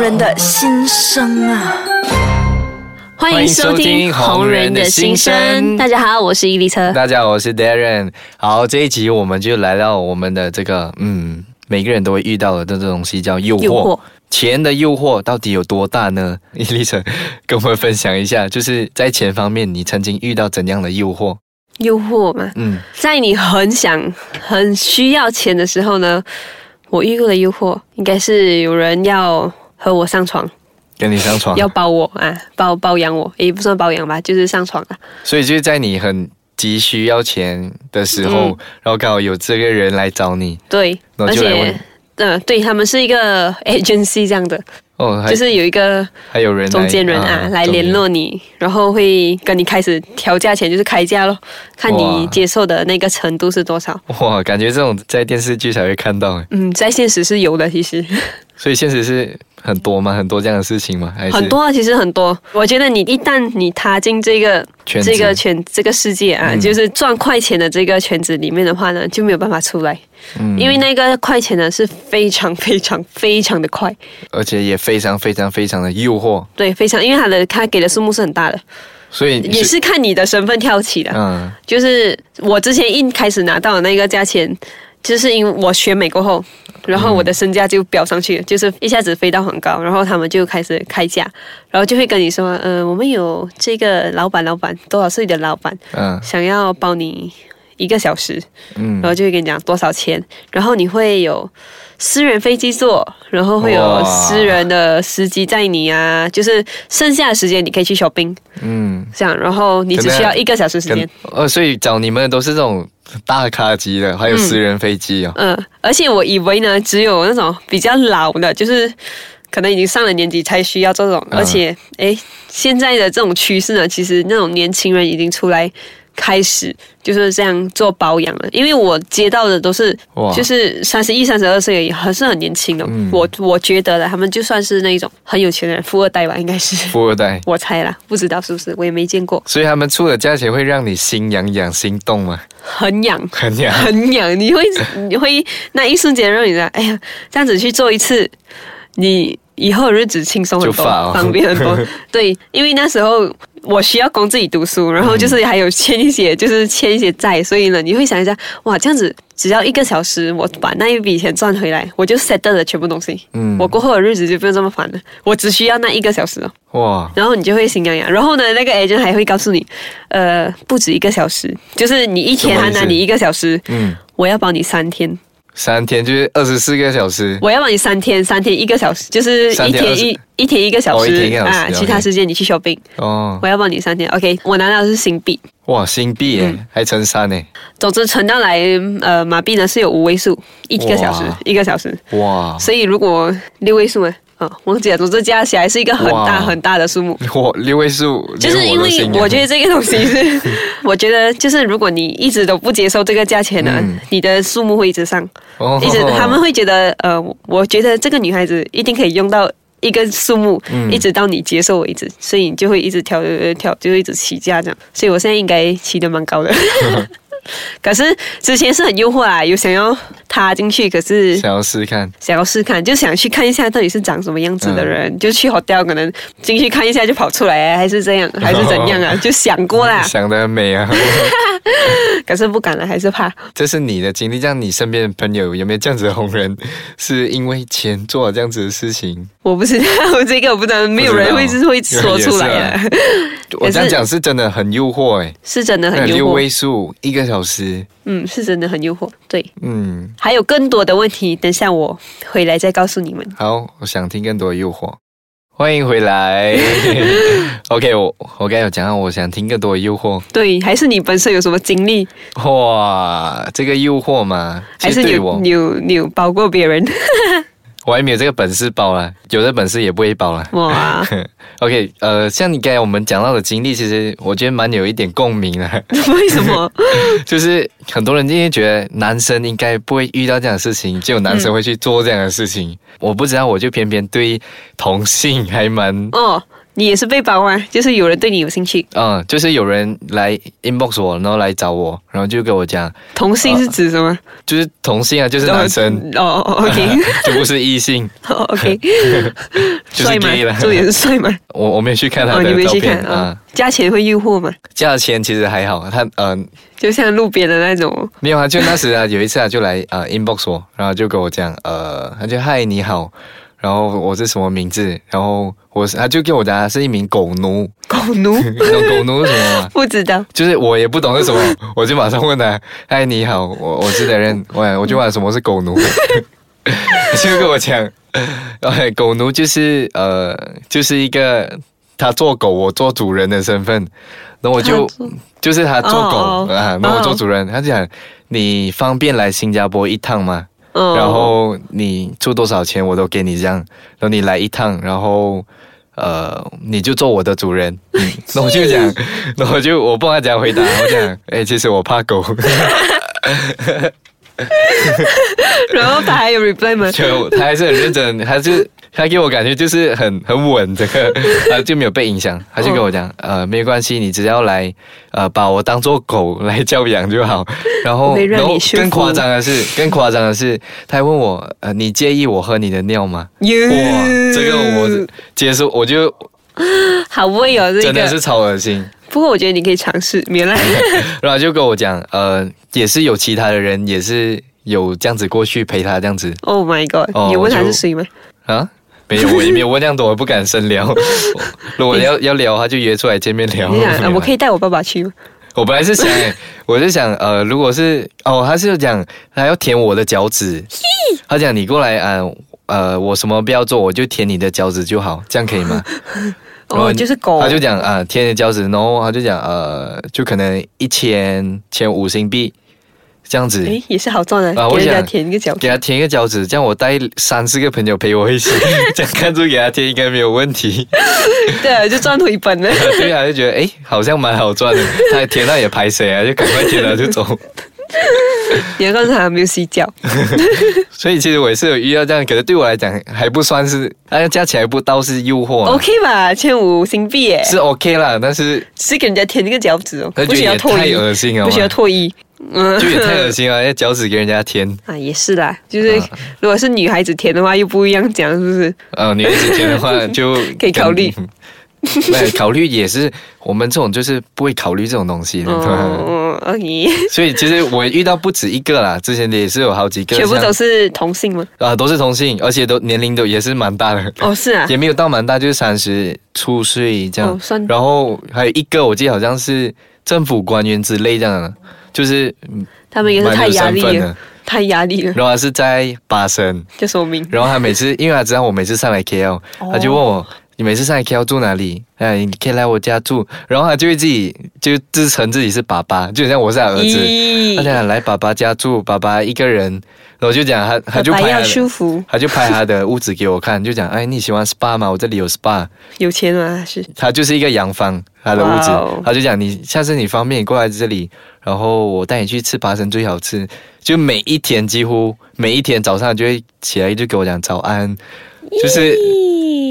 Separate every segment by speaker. Speaker 1: 人的心声啊！
Speaker 2: 欢迎收听《红人的心声》。
Speaker 3: 大家好，我是伊丽 车。
Speaker 4: 大家好，我是 Darren。好，这一集我们就来到我们的这个，嗯，每个人都会遇到的这种东西，叫诱惑。
Speaker 3: 诱惑
Speaker 4: 钱的诱惑到底有多大呢？ 伊丽晨跟我们分享一下，就是在钱方面，你曾经遇到怎样的诱惑？
Speaker 3: 诱惑嘛，
Speaker 4: 嗯，
Speaker 3: 在你很想、很需要钱的时候呢，我遇过的诱惑应该是有人要和我上床，
Speaker 4: 跟你上床，
Speaker 3: 要包我啊，包包养我，也不算包养吧，就是上床啊。
Speaker 4: 所以就是在你很急需要钱的时候，
Speaker 3: 嗯
Speaker 4: 然后刚好有这个人来找你，
Speaker 3: 对，
Speaker 4: 那
Speaker 3: 而
Speaker 4: 就来
Speaker 3: 且
Speaker 4: 问，
Speaker 3: 呃，对他们是一个 agency 这样的，
Speaker 4: 哦，还
Speaker 3: 就是有一个
Speaker 4: 还有人来
Speaker 3: 中间人啊来联。
Speaker 4: 中间
Speaker 3: 络你，然后会跟你开始调价钱，就是开价咯，看你
Speaker 4: 哇
Speaker 3: 接受的那个程度是多少。
Speaker 4: 哇，感觉这种在电视剧才会看到，哎
Speaker 3: 嗯，在现实是有的，其实
Speaker 4: 所以现实是很多吗？很多这样的事情吗？还是
Speaker 3: 很多啊，其实很多。我觉得你一旦你踏进这个
Speaker 4: 圈子
Speaker 3: 这个圈这个世界啊，
Speaker 4: 嗯
Speaker 3: 就是赚快钱的这个圈子里面的话呢，就没有办法出来，
Speaker 4: 嗯
Speaker 3: 因为那个快钱呢是非常非常非常的快，
Speaker 4: 而且也非常非常非常的诱惑，
Speaker 3: 对，非常，因为他的他给的数目是很大的，
Speaker 4: 所以你
Speaker 3: 也是看你的身份挑起的。
Speaker 4: 嗯，
Speaker 3: 就是我之前一开始拿到的那个价钱，就是因为我学美过后，然后我的身价就飙上
Speaker 4: 嗯
Speaker 3: 去了，就是一下子飞到很高，然后他们就开始开价，然后就会跟你说，呃，我们有这个老板，老板多少岁的老板
Speaker 4: 嗯
Speaker 3: 想要包你一个小时，
Speaker 4: 嗯
Speaker 3: 然后就会跟你讲多少钱，然后你会有私人飞机坐，然后会有
Speaker 4: 哇
Speaker 3: 私人的司机载你啊，就是剩下的时间你可以去 shopping
Speaker 4: 嗯，
Speaker 3: 这样，然后你只需要一个小时时间
Speaker 4: 跟。呃，所以找你们的都是这种大咖级的，还有私人飞机哦，
Speaker 3: 嗯，而且我以为呢，只有那种比较老的，就是可能已经上了年纪才需要这种。
Speaker 4: 嗯
Speaker 3: 而且，诶，现在的这种趋势呢，其实那种年轻人已经出来开始就是这样做保养了。因为我接到的都是
Speaker 4: 哇
Speaker 3: 呃就是三十一、三十二岁而已，还是很年轻的。哦
Speaker 4: 嗯
Speaker 3: 我我觉得了，他们就算是那种很有钱的人，富二代吧，应该是。
Speaker 4: 富二代。
Speaker 3: 我猜啦，不知道是不是，我也没见过，
Speaker 4: 所以他们出的价钱会让你心痒痒、心动吗？
Speaker 3: 很痒。
Speaker 4: 很 痒，
Speaker 3: 很痒，你会你会那一瞬间让你觉得，哎呀，这样子去做一次，你以后日子轻松很
Speaker 4: 就
Speaker 3: 多，
Speaker 4: 发哦
Speaker 3: 方便很多。 对，因为那时候我需要供自己读书，然后就是还有欠一些，就是欠一些债，所以呢，你会想一下，哇，这样子只要一个小时，我把那一笔钱赚回来，我就 settle 了全部东西。
Speaker 4: 嗯
Speaker 3: 我过后的日子就不用这么烦了，我只需要那一个小时哦。
Speaker 4: 哇，
Speaker 3: 然后你就会心痒痒。然后呢，那个 agent 还会告诉你，呃，不止一个小时，就是你一天
Speaker 4: 什么
Speaker 3: 他
Speaker 4: 意思
Speaker 3: 拿你一个小时，
Speaker 4: 嗯，
Speaker 3: 我要保你三天，
Speaker 4: 三天就是二十四个小时，
Speaker 3: 我要保你三天，三天一个小时，就是
Speaker 4: 三
Speaker 3: 一
Speaker 4: 天
Speaker 3: 天一一天一个小
Speaker 4: 哦一
Speaker 3: 时,、
Speaker 4: 天一个小时
Speaker 3: 啊，
Speaker 4: ，OK
Speaker 3: 其他时间你去 shopping，
Speaker 4: 哦，
Speaker 3: 我要保你三天。OK，我拿到的是新币，
Speaker 4: 哇，新币
Speaker 3: 嗯
Speaker 4: 耶，还乘三呢，
Speaker 3: 总之存到来，呃，马币呢是有五位数，一个小时
Speaker 4: 哇，
Speaker 3: 一个小时，
Speaker 4: 哇，
Speaker 3: 所以如果六位数呢，啊，忘记了，总之加起来是一个很大
Speaker 4: 哇
Speaker 3: 很大的数目。
Speaker 4: 我六位数，
Speaker 3: 就是
Speaker 4: 连
Speaker 3: 因
Speaker 4: 都
Speaker 3: 为
Speaker 4: 心痒
Speaker 3: 我觉得这个东西是，我觉得就是如果你一直都不接受这个价钱呢，
Speaker 4: 嗯
Speaker 3: 你的数目会一直上，
Speaker 4: 哦
Speaker 3: 一直他们会觉得呃，我觉得这个女孩子一定可以用到一个数目，
Speaker 4: 嗯
Speaker 3: 一直到你接受为止，所以你就会一直调调调，就会一直起价这样。所以我现在应该起的蛮高的。 可是之前是很诱惑啊啦，有想要踏进去，可是
Speaker 4: 想要试看，
Speaker 3: 想要试看，就想去看一下到底是长什么样子的人，
Speaker 4: 嗯
Speaker 3: 就去 hotel 可能进去看一下就跑出来，还是这 样，还是怎样啊？就想过啦，
Speaker 4: 想得很美啊。
Speaker 3: 可是不敢了，还是怕。
Speaker 4: 这是你的经历，像你身边的朋友有没有这样子的红人，是因为钱做了这样子的事情？
Speaker 3: 我不知道 这个，我不知道，没有人会
Speaker 4: 不知
Speaker 3: 是
Speaker 4: 道
Speaker 3: 会说出来
Speaker 4: 也
Speaker 3: 的，
Speaker 4: 我这样讲是真的很诱惑哎、
Speaker 3: 是真的
Speaker 4: 那
Speaker 3: 很诱
Speaker 4: 六位
Speaker 3: 惑。
Speaker 4: 数一个小时，
Speaker 3: 嗯，是真的很诱惑。对，
Speaker 4: 嗯，
Speaker 3: 还有更多的问题，等下我回来再告诉你们。
Speaker 4: 好，我想听更多的诱惑。欢迎回 来。OK，我我刚才有讲到，我想听更多的诱惑。
Speaker 3: 对，还是你本身有什么经历，
Speaker 4: 哇，这个诱惑嘛，
Speaker 3: 还
Speaker 4: 其实
Speaker 3: 是你
Speaker 4: 对
Speaker 3: 有
Speaker 4: 我
Speaker 3: 你，有你有包过别 人？
Speaker 4: 我还没有这个本事包啦，有的本事也不会包啦。
Speaker 3: 哇，
Speaker 4: OK，呃，像你刚才我们讲到的经历，其实我觉得蛮有一点共鸣的。
Speaker 3: 为什么？
Speaker 4: 就是很多人就会觉得男生应该不会遇到这样的事情，只有男生会去做这样的事情。我不知道，我就偏偏对同性还蛮
Speaker 3: 哦，你也是被包啊，就是有人对你有兴趣。
Speaker 4: 嗯，就是有人来 inbox 我，然后来找我，然后就跟我讲，
Speaker 3: 同性是指什么？
Speaker 4: 就是同性啊，就是男生，
Speaker 3: 哦哦哦，OK，
Speaker 4: 就不是异性，
Speaker 3: 哦 OK，
Speaker 4: 就是
Speaker 3: 帅吗
Speaker 4: gay 了？
Speaker 3: 重点是帅吗？
Speaker 4: 我我没有去 看他
Speaker 3: 哦，你
Speaker 4: 的
Speaker 3: 没
Speaker 4: 照
Speaker 3: 去
Speaker 4: 片
Speaker 3: 看
Speaker 4: 啊
Speaker 3: 啊，？价钱会诱惑吗？
Speaker 4: 价钱其实还好，他嗯、
Speaker 3: 就像路边的那种，
Speaker 4: 没有啊，就那时啊，有一次啊，就来呃 inbox 我，然后就跟我讲，呃，他就嗨你好，然后我是什么名字，然后我是他就给我答是一名狗奴，
Speaker 3: 狗 奴，
Speaker 4: 你懂狗奴是什么啊吗？
Speaker 3: 不知道。
Speaker 4: 就是我也不懂是什么， 我就马上问他，嗨你好，我我是的人，我我就问他什么是狗奴， 就跟我讲，哎，狗奴就是呃就是一个他做狗，我做主人的身份，然后我就
Speaker 3: 他做
Speaker 4: 就是他做狗、
Speaker 3: 哦哦
Speaker 4: 啊，那我做
Speaker 3: 哦
Speaker 4: 主人，他就讲你方便来新加坡一趟吗？
Speaker 3: 哦
Speaker 4: 然后你出多少钱我都给你这样，然后你来一趟，然后呃你就做我的主 人。嗯那我就讲，那我就我不知道怎样回答，我讲，哎、其实我怕狗，
Speaker 3: 然后他还有 reply 吗？
Speaker 4: 就他还是很认真，他就他给我感觉就是很很稳，这个他就没有被影响，他就跟我讲，呃，没关系，你只要来，呃，把我当做狗来教养就好。然后，
Speaker 3: 没让
Speaker 4: 然
Speaker 3: 你
Speaker 4: 后
Speaker 3: 驯服
Speaker 4: 更夸张的是，更夸张的是，他还问我，呃，你介意我喝你的尿吗？
Speaker 3: 哟
Speaker 4: 哇，这个我接受，我就
Speaker 3: 好味哦，这个
Speaker 4: 真的是超恶心。
Speaker 3: 不过我觉得你可以尝试，原 来
Speaker 4: 然后就跟我讲，呃，也是有其他的人也是有这样子过去陪他这样子
Speaker 3: Oh my God！、
Speaker 4: 哦
Speaker 3: 你问他
Speaker 4: 我就是
Speaker 3: 谁吗？
Speaker 4: 啊。没有，我也没有问那样多，我不敢深聊。 如果要要聊的话，就约出来见面聊。
Speaker 3: 你想、啊，我可
Speaker 4: 以，
Speaker 3: 以带我爸爸去吗？
Speaker 4: 我本来是想，我就想，呃，如果是哦，他是讲他要舔我的脚 趾，他讲你过来啊、呃，我什么不要做，我就舔你的脚趾就好，这样可以吗？然后
Speaker 3: 哦，就是狗，
Speaker 4: 他就讲啊，天的交趾，然后他就讲呃，就可能一千千五新币这样子，
Speaker 3: 诶也是好赚的、
Speaker 4: 啊我
Speaker 3: 给人家
Speaker 4: 想
Speaker 3: 舔一个脚趾
Speaker 4: 给他填一个脚趾，这样我带三四个朋友陪我一起， 这样看住给他填应该没有问题。
Speaker 3: 对，啊就赚回本了。
Speaker 4: 对啊，就觉得诶，好像蛮好赚的，他填了也排谁啊，就赶快填了就走。
Speaker 3: 你要告诉他有没有洗脚，
Speaker 4: 所以其实我也是有遇到这样，可是对我来讲还不算是，那个加起来不到是诱惑啊、
Speaker 3: OK 吧？千五新币耶，
Speaker 4: 是 OK 啦，但是
Speaker 3: 只是给人家舔一个脚趾哦，
Speaker 4: 那
Speaker 3: 不
Speaker 4: 就
Speaker 3: 需要
Speaker 4: 也
Speaker 3: 脱
Speaker 4: 太
Speaker 3: 衣，
Speaker 4: 恶心了嘛，
Speaker 3: 不需要脱衣。嗯
Speaker 4: 就也太 恶心了，那脚趾给人家填。
Speaker 3: 啊，也是啦，就是如果是女孩子舔的话，又不一样讲，是不是？
Speaker 4: 呃，你一直填的 话就
Speaker 3: 可以考虑
Speaker 4: 跟。 对，考虑也是我们这种就是不会考虑这种东西的，
Speaker 3: 哦，OK，
Speaker 4: 所以其实我遇到不止一个啦，之前也是有好几个，
Speaker 3: 全部都
Speaker 4: 像
Speaker 3: 是同性吗？
Speaker 4: 啊、都是同性，而且都年龄都也是蛮大的，
Speaker 3: 哦，是啊，
Speaker 4: 也没有到蛮大，就是三十出岁这样。
Speaker 3: 哦算
Speaker 4: 然后还有一个我记得好像是政府官员之类这样的，就是嗯
Speaker 3: 他们也是
Speaker 4: 蛮
Speaker 3: 太
Speaker 4: 有
Speaker 3: 压力
Speaker 4: 身份
Speaker 3: 了
Speaker 4: 的，
Speaker 3: 太压力了，
Speaker 4: 然后他是在巴生，
Speaker 3: 就说明。
Speaker 4: 然后他每次，因为他知道我每次上来 KL，他
Speaker 3: 哦
Speaker 4: 就问我，你每次上来 KL 住哪里？哎，你可以来我家住。然后他就会自己就自称自己是爸爸，就很像我是他儿子。他
Speaker 3: 咦，
Speaker 4: 讲来爸爸家住，爸爸一个人。然后我就讲他，他就
Speaker 3: 白
Speaker 4: 拍他
Speaker 3: 要
Speaker 4: 的，
Speaker 3: 舒服，
Speaker 4: 他就拍他的屋子给我看，就讲，哎，你喜欢 SPA 吗？我这里有 SPA。
Speaker 3: 有钱吗？是
Speaker 4: 他就是一个洋房，他的屋子
Speaker 3: 哇哦
Speaker 4: 他就讲你下次你方便你过来这里，然后我带你去吃爬神最好吃。就每一天几乎每一天早上就会起来就给我讲早安，就是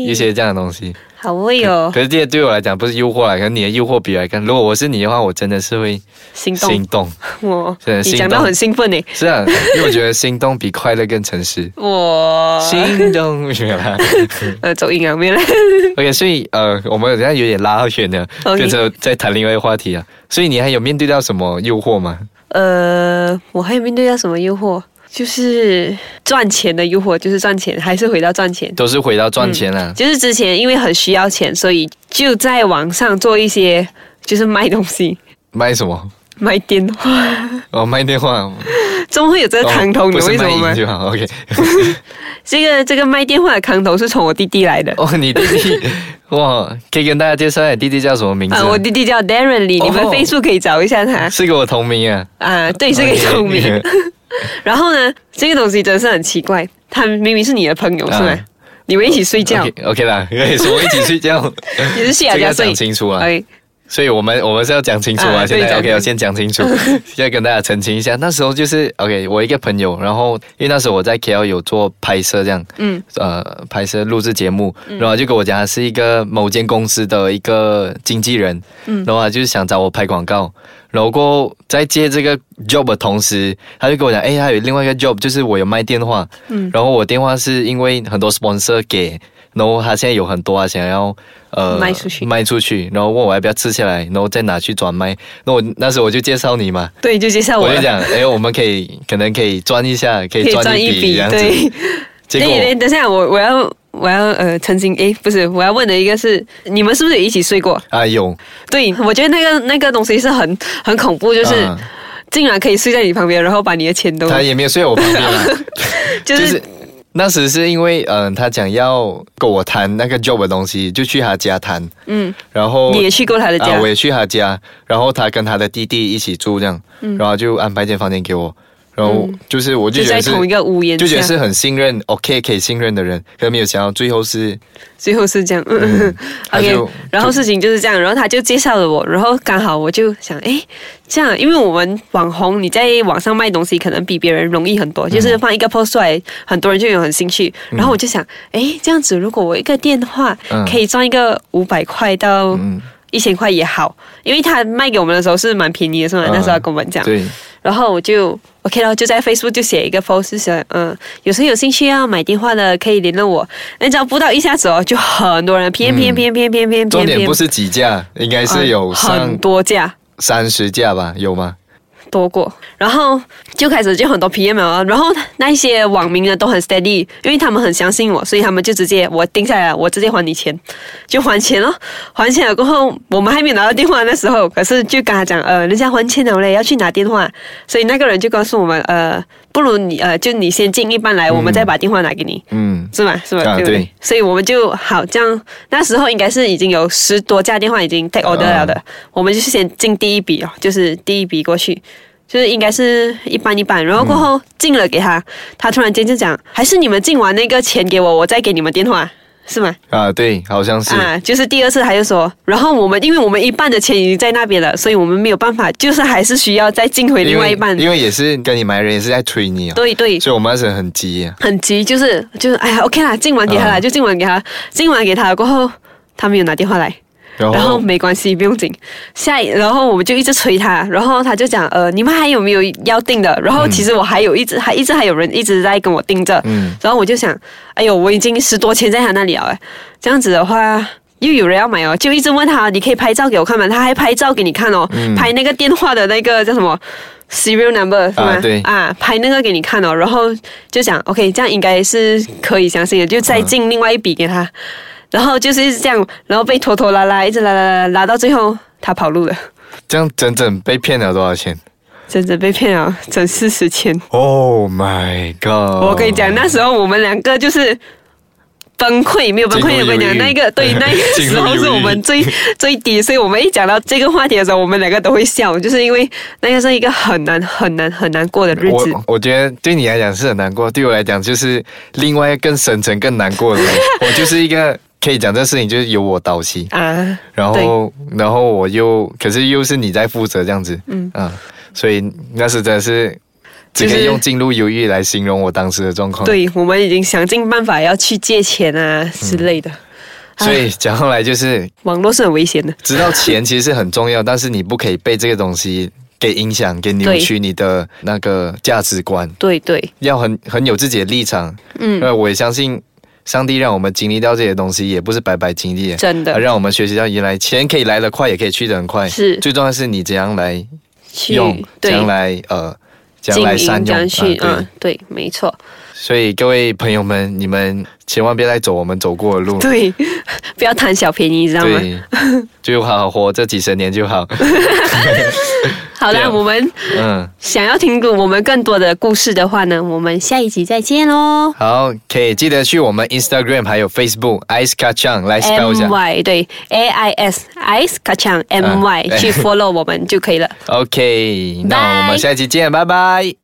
Speaker 4: 一些这样的东西。
Speaker 3: 好味哦，
Speaker 4: 可是这些对我来讲不是诱惑啊，可能你的诱惑比我来看，如果我是你的话，我真的是会
Speaker 3: 心
Speaker 4: 心
Speaker 3: 动
Speaker 4: 动。
Speaker 3: 我
Speaker 4: 真的，
Speaker 3: 你
Speaker 4: 心
Speaker 3: 讲到
Speaker 4: 动
Speaker 3: 很兴奋呢，。
Speaker 4: 是啊，因为我觉得心动比快乐更诚实
Speaker 3: 我
Speaker 4: 心动，没有啦。
Speaker 3: 呃走音啊，没了，
Speaker 4: OK，所以呃，我们好像有点拉远了
Speaker 3: OK
Speaker 4: 变成在谈另外一个话题啊。所以你还有面对到什么诱惑吗？
Speaker 3: 呃，我还有面对到什么诱惑？就是赚钱的诱惑，就是赚钱，还是回到赚钱。
Speaker 4: 都是回到赚钱啊了、
Speaker 3: 就是之前因为很需要钱，所以就在网上做一些就是卖东西、
Speaker 4: 卖什么？
Speaker 3: 卖电话，
Speaker 4: 哦，卖电 话，
Speaker 3: 怎么会有这个康头？
Speaker 4: 哦
Speaker 3: 你
Speaker 4: 不是
Speaker 3: 为什
Speaker 4: 卖
Speaker 3: 么吗
Speaker 4: 淫？就好。OK，
Speaker 3: 这个这个卖电话的康头是从我弟弟来的。
Speaker 4: 哦，你弟 弟，哇，可以跟大家介绍一下你弟弟叫什么名字？
Speaker 3: 啊，我弟弟叫 Darren Lee，、你们
Speaker 4: 哦
Speaker 3: Facebook 可以找一下他。
Speaker 4: 是跟我同名啊，
Speaker 3: 啊，对，是个聪明。
Speaker 4: OK，
Speaker 3: 然后呢，这个东西真是很奇怪，他明明是你的朋友，是吗？
Speaker 4: 啊
Speaker 3: 你们一起睡觉，
Speaker 4: OK，OK 啦，可以说一起睡觉，
Speaker 3: 也是去他
Speaker 4: 这个
Speaker 3: 家
Speaker 4: 要
Speaker 3: 睡
Speaker 4: 讲。清楚啊。
Speaker 3: 哎，
Speaker 4: 所以我们我们是要讲清楚啊，
Speaker 3: 啊
Speaker 4: 现在
Speaker 3: 对
Speaker 4: OK，
Speaker 3: 讲
Speaker 4: 我先讲 清楚，要跟大家澄清一下。那时候就是 OK，我一个朋友，然后因为那时候我在 KL 有做拍摄这样，
Speaker 3: 嗯，
Speaker 4: 呃，拍摄录制节目，然后他就跟我讲他是一个某间公司的一个经纪人，嗯，然后他就是想找我拍广告，然后过后在接这个 job 的同时，他就跟我讲，哎，还有另外一个 job，就是我有卖电话，嗯，然后我电话是因为很多 sponsor 给。然后他现在有很多啊，想要呃
Speaker 3: 卖出去
Speaker 4: 卖出去，然后问我要不要吃下来，然后再拿去转卖。那我那时候我就介绍你嘛，
Speaker 3: 对，就介绍
Speaker 4: 我
Speaker 3: 我
Speaker 4: 就
Speaker 3: 了，
Speaker 4: 讲，哎，我们可以可能可以赚一下，可
Speaker 3: 哦可
Speaker 4: 以
Speaker 3: 以
Speaker 4: 赚
Speaker 3: 赚
Speaker 4: 一
Speaker 3: 一
Speaker 4: 笔
Speaker 3: 笔
Speaker 4: 这，样子。
Speaker 3: 对。
Speaker 4: 结
Speaker 3: 对 对，
Speaker 4: 果
Speaker 3: 等一下，我我要我要呃澄清，诶，不是，我要问的一个是，你们是不是有一起睡过？
Speaker 4: 啊有，
Speaker 3: 对，我觉得那个那个东西是很很恐怖，就是、
Speaker 4: 嗯
Speaker 3: 竟然可以睡在你旁边，然后把你的钱都
Speaker 4: 他也没有睡我旁边啊，
Speaker 3: 就、
Speaker 4: 就是是。那时是因为，嗯、他讲要跟我谈那个 job 的东西，就去他家谈，
Speaker 3: 嗯，
Speaker 4: 然后
Speaker 3: 你也去过他的家，
Speaker 4: 啊，我也去他家，然后他跟他的弟弟一起住这样，
Speaker 3: 嗯
Speaker 4: 然后就安排间房间给我，然后就是我就
Speaker 3: 就
Speaker 4: 觉
Speaker 3: 在
Speaker 4: 得是
Speaker 3: 同一个屋檐
Speaker 4: 就觉得
Speaker 3: 下，
Speaker 4: 是很信任，OK 可以信任的人，可没有想到最后是
Speaker 3: 最后是这样。嗯
Speaker 4: 他就
Speaker 3: OK，然后
Speaker 4: 就
Speaker 3: 事情就是这样，然后他就介绍了我，然后刚好我就想，诶，这样，因为我们网红你在网上卖东西可能比别人容易很
Speaker 4: 嗯
Speaker 3: 多，就是放一个 post 出来，很多人就有很兴趣。然后我就想，诶，这样子如果我一个电话
Speaker 4: 嗯
Speaker 3: 可以赚一个五百块到
Speaker 4: 嗯
Speaker 3: 一千块也好，因为他卖给我们的时候是蛮便宜的，是吗？
Speaker 4: 嗯
Speaker 3: 那时候他跟我们讲，
Speaker 4: 对，
Speaker 3: 然后我就 OK 了，就在 Facebook 就写一个 post，就写嗯，有谁有兴趣要买电话的可以联络我。那这样不到一下子哦，就很多人偏偏偏偏偏偏偏偏，
Speaker 4: 重点不是几架，应该是有上
Speaker 3: 啊很多架。
Speaker 4: 三十架吧，有吗？
Speaker 3: 多过，然后就开始就很多 PM 了，然后那一些网民呢都很 steady，因为他们很相信我，所以他们就直接我定下来了，我直接还你钱，就还钱咯。还钱了过后，我们还没有拿到电话那时候，可是就跟他讲，呃，人家还钱了嘞，要去拿电话，所以那个人就告诉我们，呃，不如你呃，就你先进一半来，我们再把电话拿给你。
Speaker 4: 嗯，
Speaker 3: 是吧？是吧？
Speaker 4: 啊
Speaker 3: 对不对
Speaker 4: 对？
Speaker 3: 所以我们就好这样，那时候应该是已经有十多家电话已经 take order
Speaker 4: 啊
Speaker 3: 了的，我们就是先进第一笔哦，就是第一笔过去，就是应该是一般一般，然后过
Speaker 4: 嗯
Speaker 3: 后进了给他，他突然间就讲，还是你们进完那个钱给我，我再给你们电话。是吗？
Speaker 4: 啊，对，好像是，
Speaker 3: 啊，就是第二次他就说，然后我们因为我们一半的钱已经在那边了，所以我们没有办法，就是还是需要再进回
Speaker 4: 因
Speaker 3: 另外
Speaker 4: 为
Speaker 3: 一半。
Speaker 4: 因为也是跟你买人也是在催你啊，
Speaker 3: 对对，
Speaker 4: 所以我们那时候很急啊，
Speaker 3: 很急，就是就是，哎呀，OK 啦，今晚给他啦，
Speaker 4: 嗯
Speaker 3: 就今晚给他，今晚给他了过后，他没有拿电话来，
Speaker 4: 然
Speaker 3: 然后
Speaker 4: 后
Speaker 3: 没关系，不用紧。下一，然后我们就一直催他，然后他就讲，呃，你们还有没有要订的？然后其实我还有一直还一直还有人一直在跟我订着，
Speaker 4: 嗯
Speaker 3: 然后我就想，哎呦，我已经十多钱在他那里了，哎，这样子的话。又有人要买哦，就一直问他，你可以拍照给我看吗？他还拍照给你看哦，拍那个电话的那个叫什么 serial number 是吗？
Speaker 4: 对
Speaker 3: 啊，拍那个给你看哦，然后就讲 OK，这样应该是可以相信的，就再进另外一笔给他，然后就是一直这样，然后被拖拖拉拉，一直拉拉拉拉拉到最后他跑路了，
Speaker 4: 这样整整被骗了多少钱
Speaker 3: 真的被骗哦了整四十千。
Speaker 4: ？Oh my god！
Speaker 3: 哦我跟你讲，那时候我们两个就是。崩溃没有崩溃，
Speaker 4: 进入
Speaker 3: 我跟你
Speaker 4: 忧
Speaker 3: 讲，
Speaker 4: 郁
Speaker 3: 那个对那 个
Speaker 4: 进入
Speaker 3: 时候是
Speaker 4: 忧郁
Speaker 3: 我们最最低，所以我们一讲到这个话题的时候，我们两个都会笑，就是因为那个是一个很难很难很难过的日子。
Speaker 4: 我我觉得对你来讲是很难过，对我来讲就是另外更深层、更难过的 人。我就是一个可以讲这事情就是由我导起，
Speaker 3: 啊，
Speaker 4: 然
Speaker 3: 对
Speaker 4: 后然后我又可是又是你在负责这样子，嗯啊，所以那时真的是只可
Speaker 3: 就
Speaker 4: 以
Speaker 3: 是
Speaker 4: 用进入犹豫来形容我当时的状况。，
Speaker 3: 对，我们已经想尽办法要去借钱啊之类的。
Speaker 4: 所以讲后来就是
Speaker 3: 网络是很危险的，
Speaker 4: 知道钱其实是很重要，但是你不可以被这个东西给影响、给扭
Speaker 3: 对
Speaker 4: 曲你的那个价值观。
Speaker 3: 对对，
Speaker 4: 要很很有自己的立场。
Speaker 3: 嗯
Speaker 4: 呃，我也相信上帝让我们经历到这些东西，也不是白白经历的，
Speaker 3: 真
Speaker 4: 而
Speaker 3: 的
Speaker 4: 啊让我们学习到原来钱可以来得快，也可以去得很快。
Speaker 3: 是
Speaker 4: 最重要的是你怎样来
Speaker 3: 去
Speaker 4: 用，怎
Speaker 3: 对
Speaker 4: 样来呃。怎样
Speaker 3: 经
Speaker 4: 来
Speaker 3: 营
Speaker 4: 善
Speaker 3: 这
Speaker 4: 用
Speaker 3: 样去，
Speaker 4: 啊，对哦
Speaker 3: 嗯，对，没错，
Speaker 4: 所以各位朋友们，你们千万别再走我们走过的路，
Speaker 3: 对， 不要贪小便宜，你知道吗？
Speaker 4: 对，就好好活这几十年就好。
Speaker 3: 好
Speaker 4: 对啊
Speaker 3: 了，我们
Speaker 4: 嗯，
Speaker 3: 想要听我们更多的故事的话呢，我们下一集再见喽。
Speaker 4: 好，可以记得去我们 Instagram 还有 Facebook Ice k a c h a n g 来 spell 一
Speaker 3: M
Speaker 4: 下。
Speaker 3: Y 对 A I S Ice 卡枪 M Y
Speaker 4: 嗯
Speaker 3: 去 follow 我们就可以了。
Speaker 4: OK，那我们下期见，拜拜。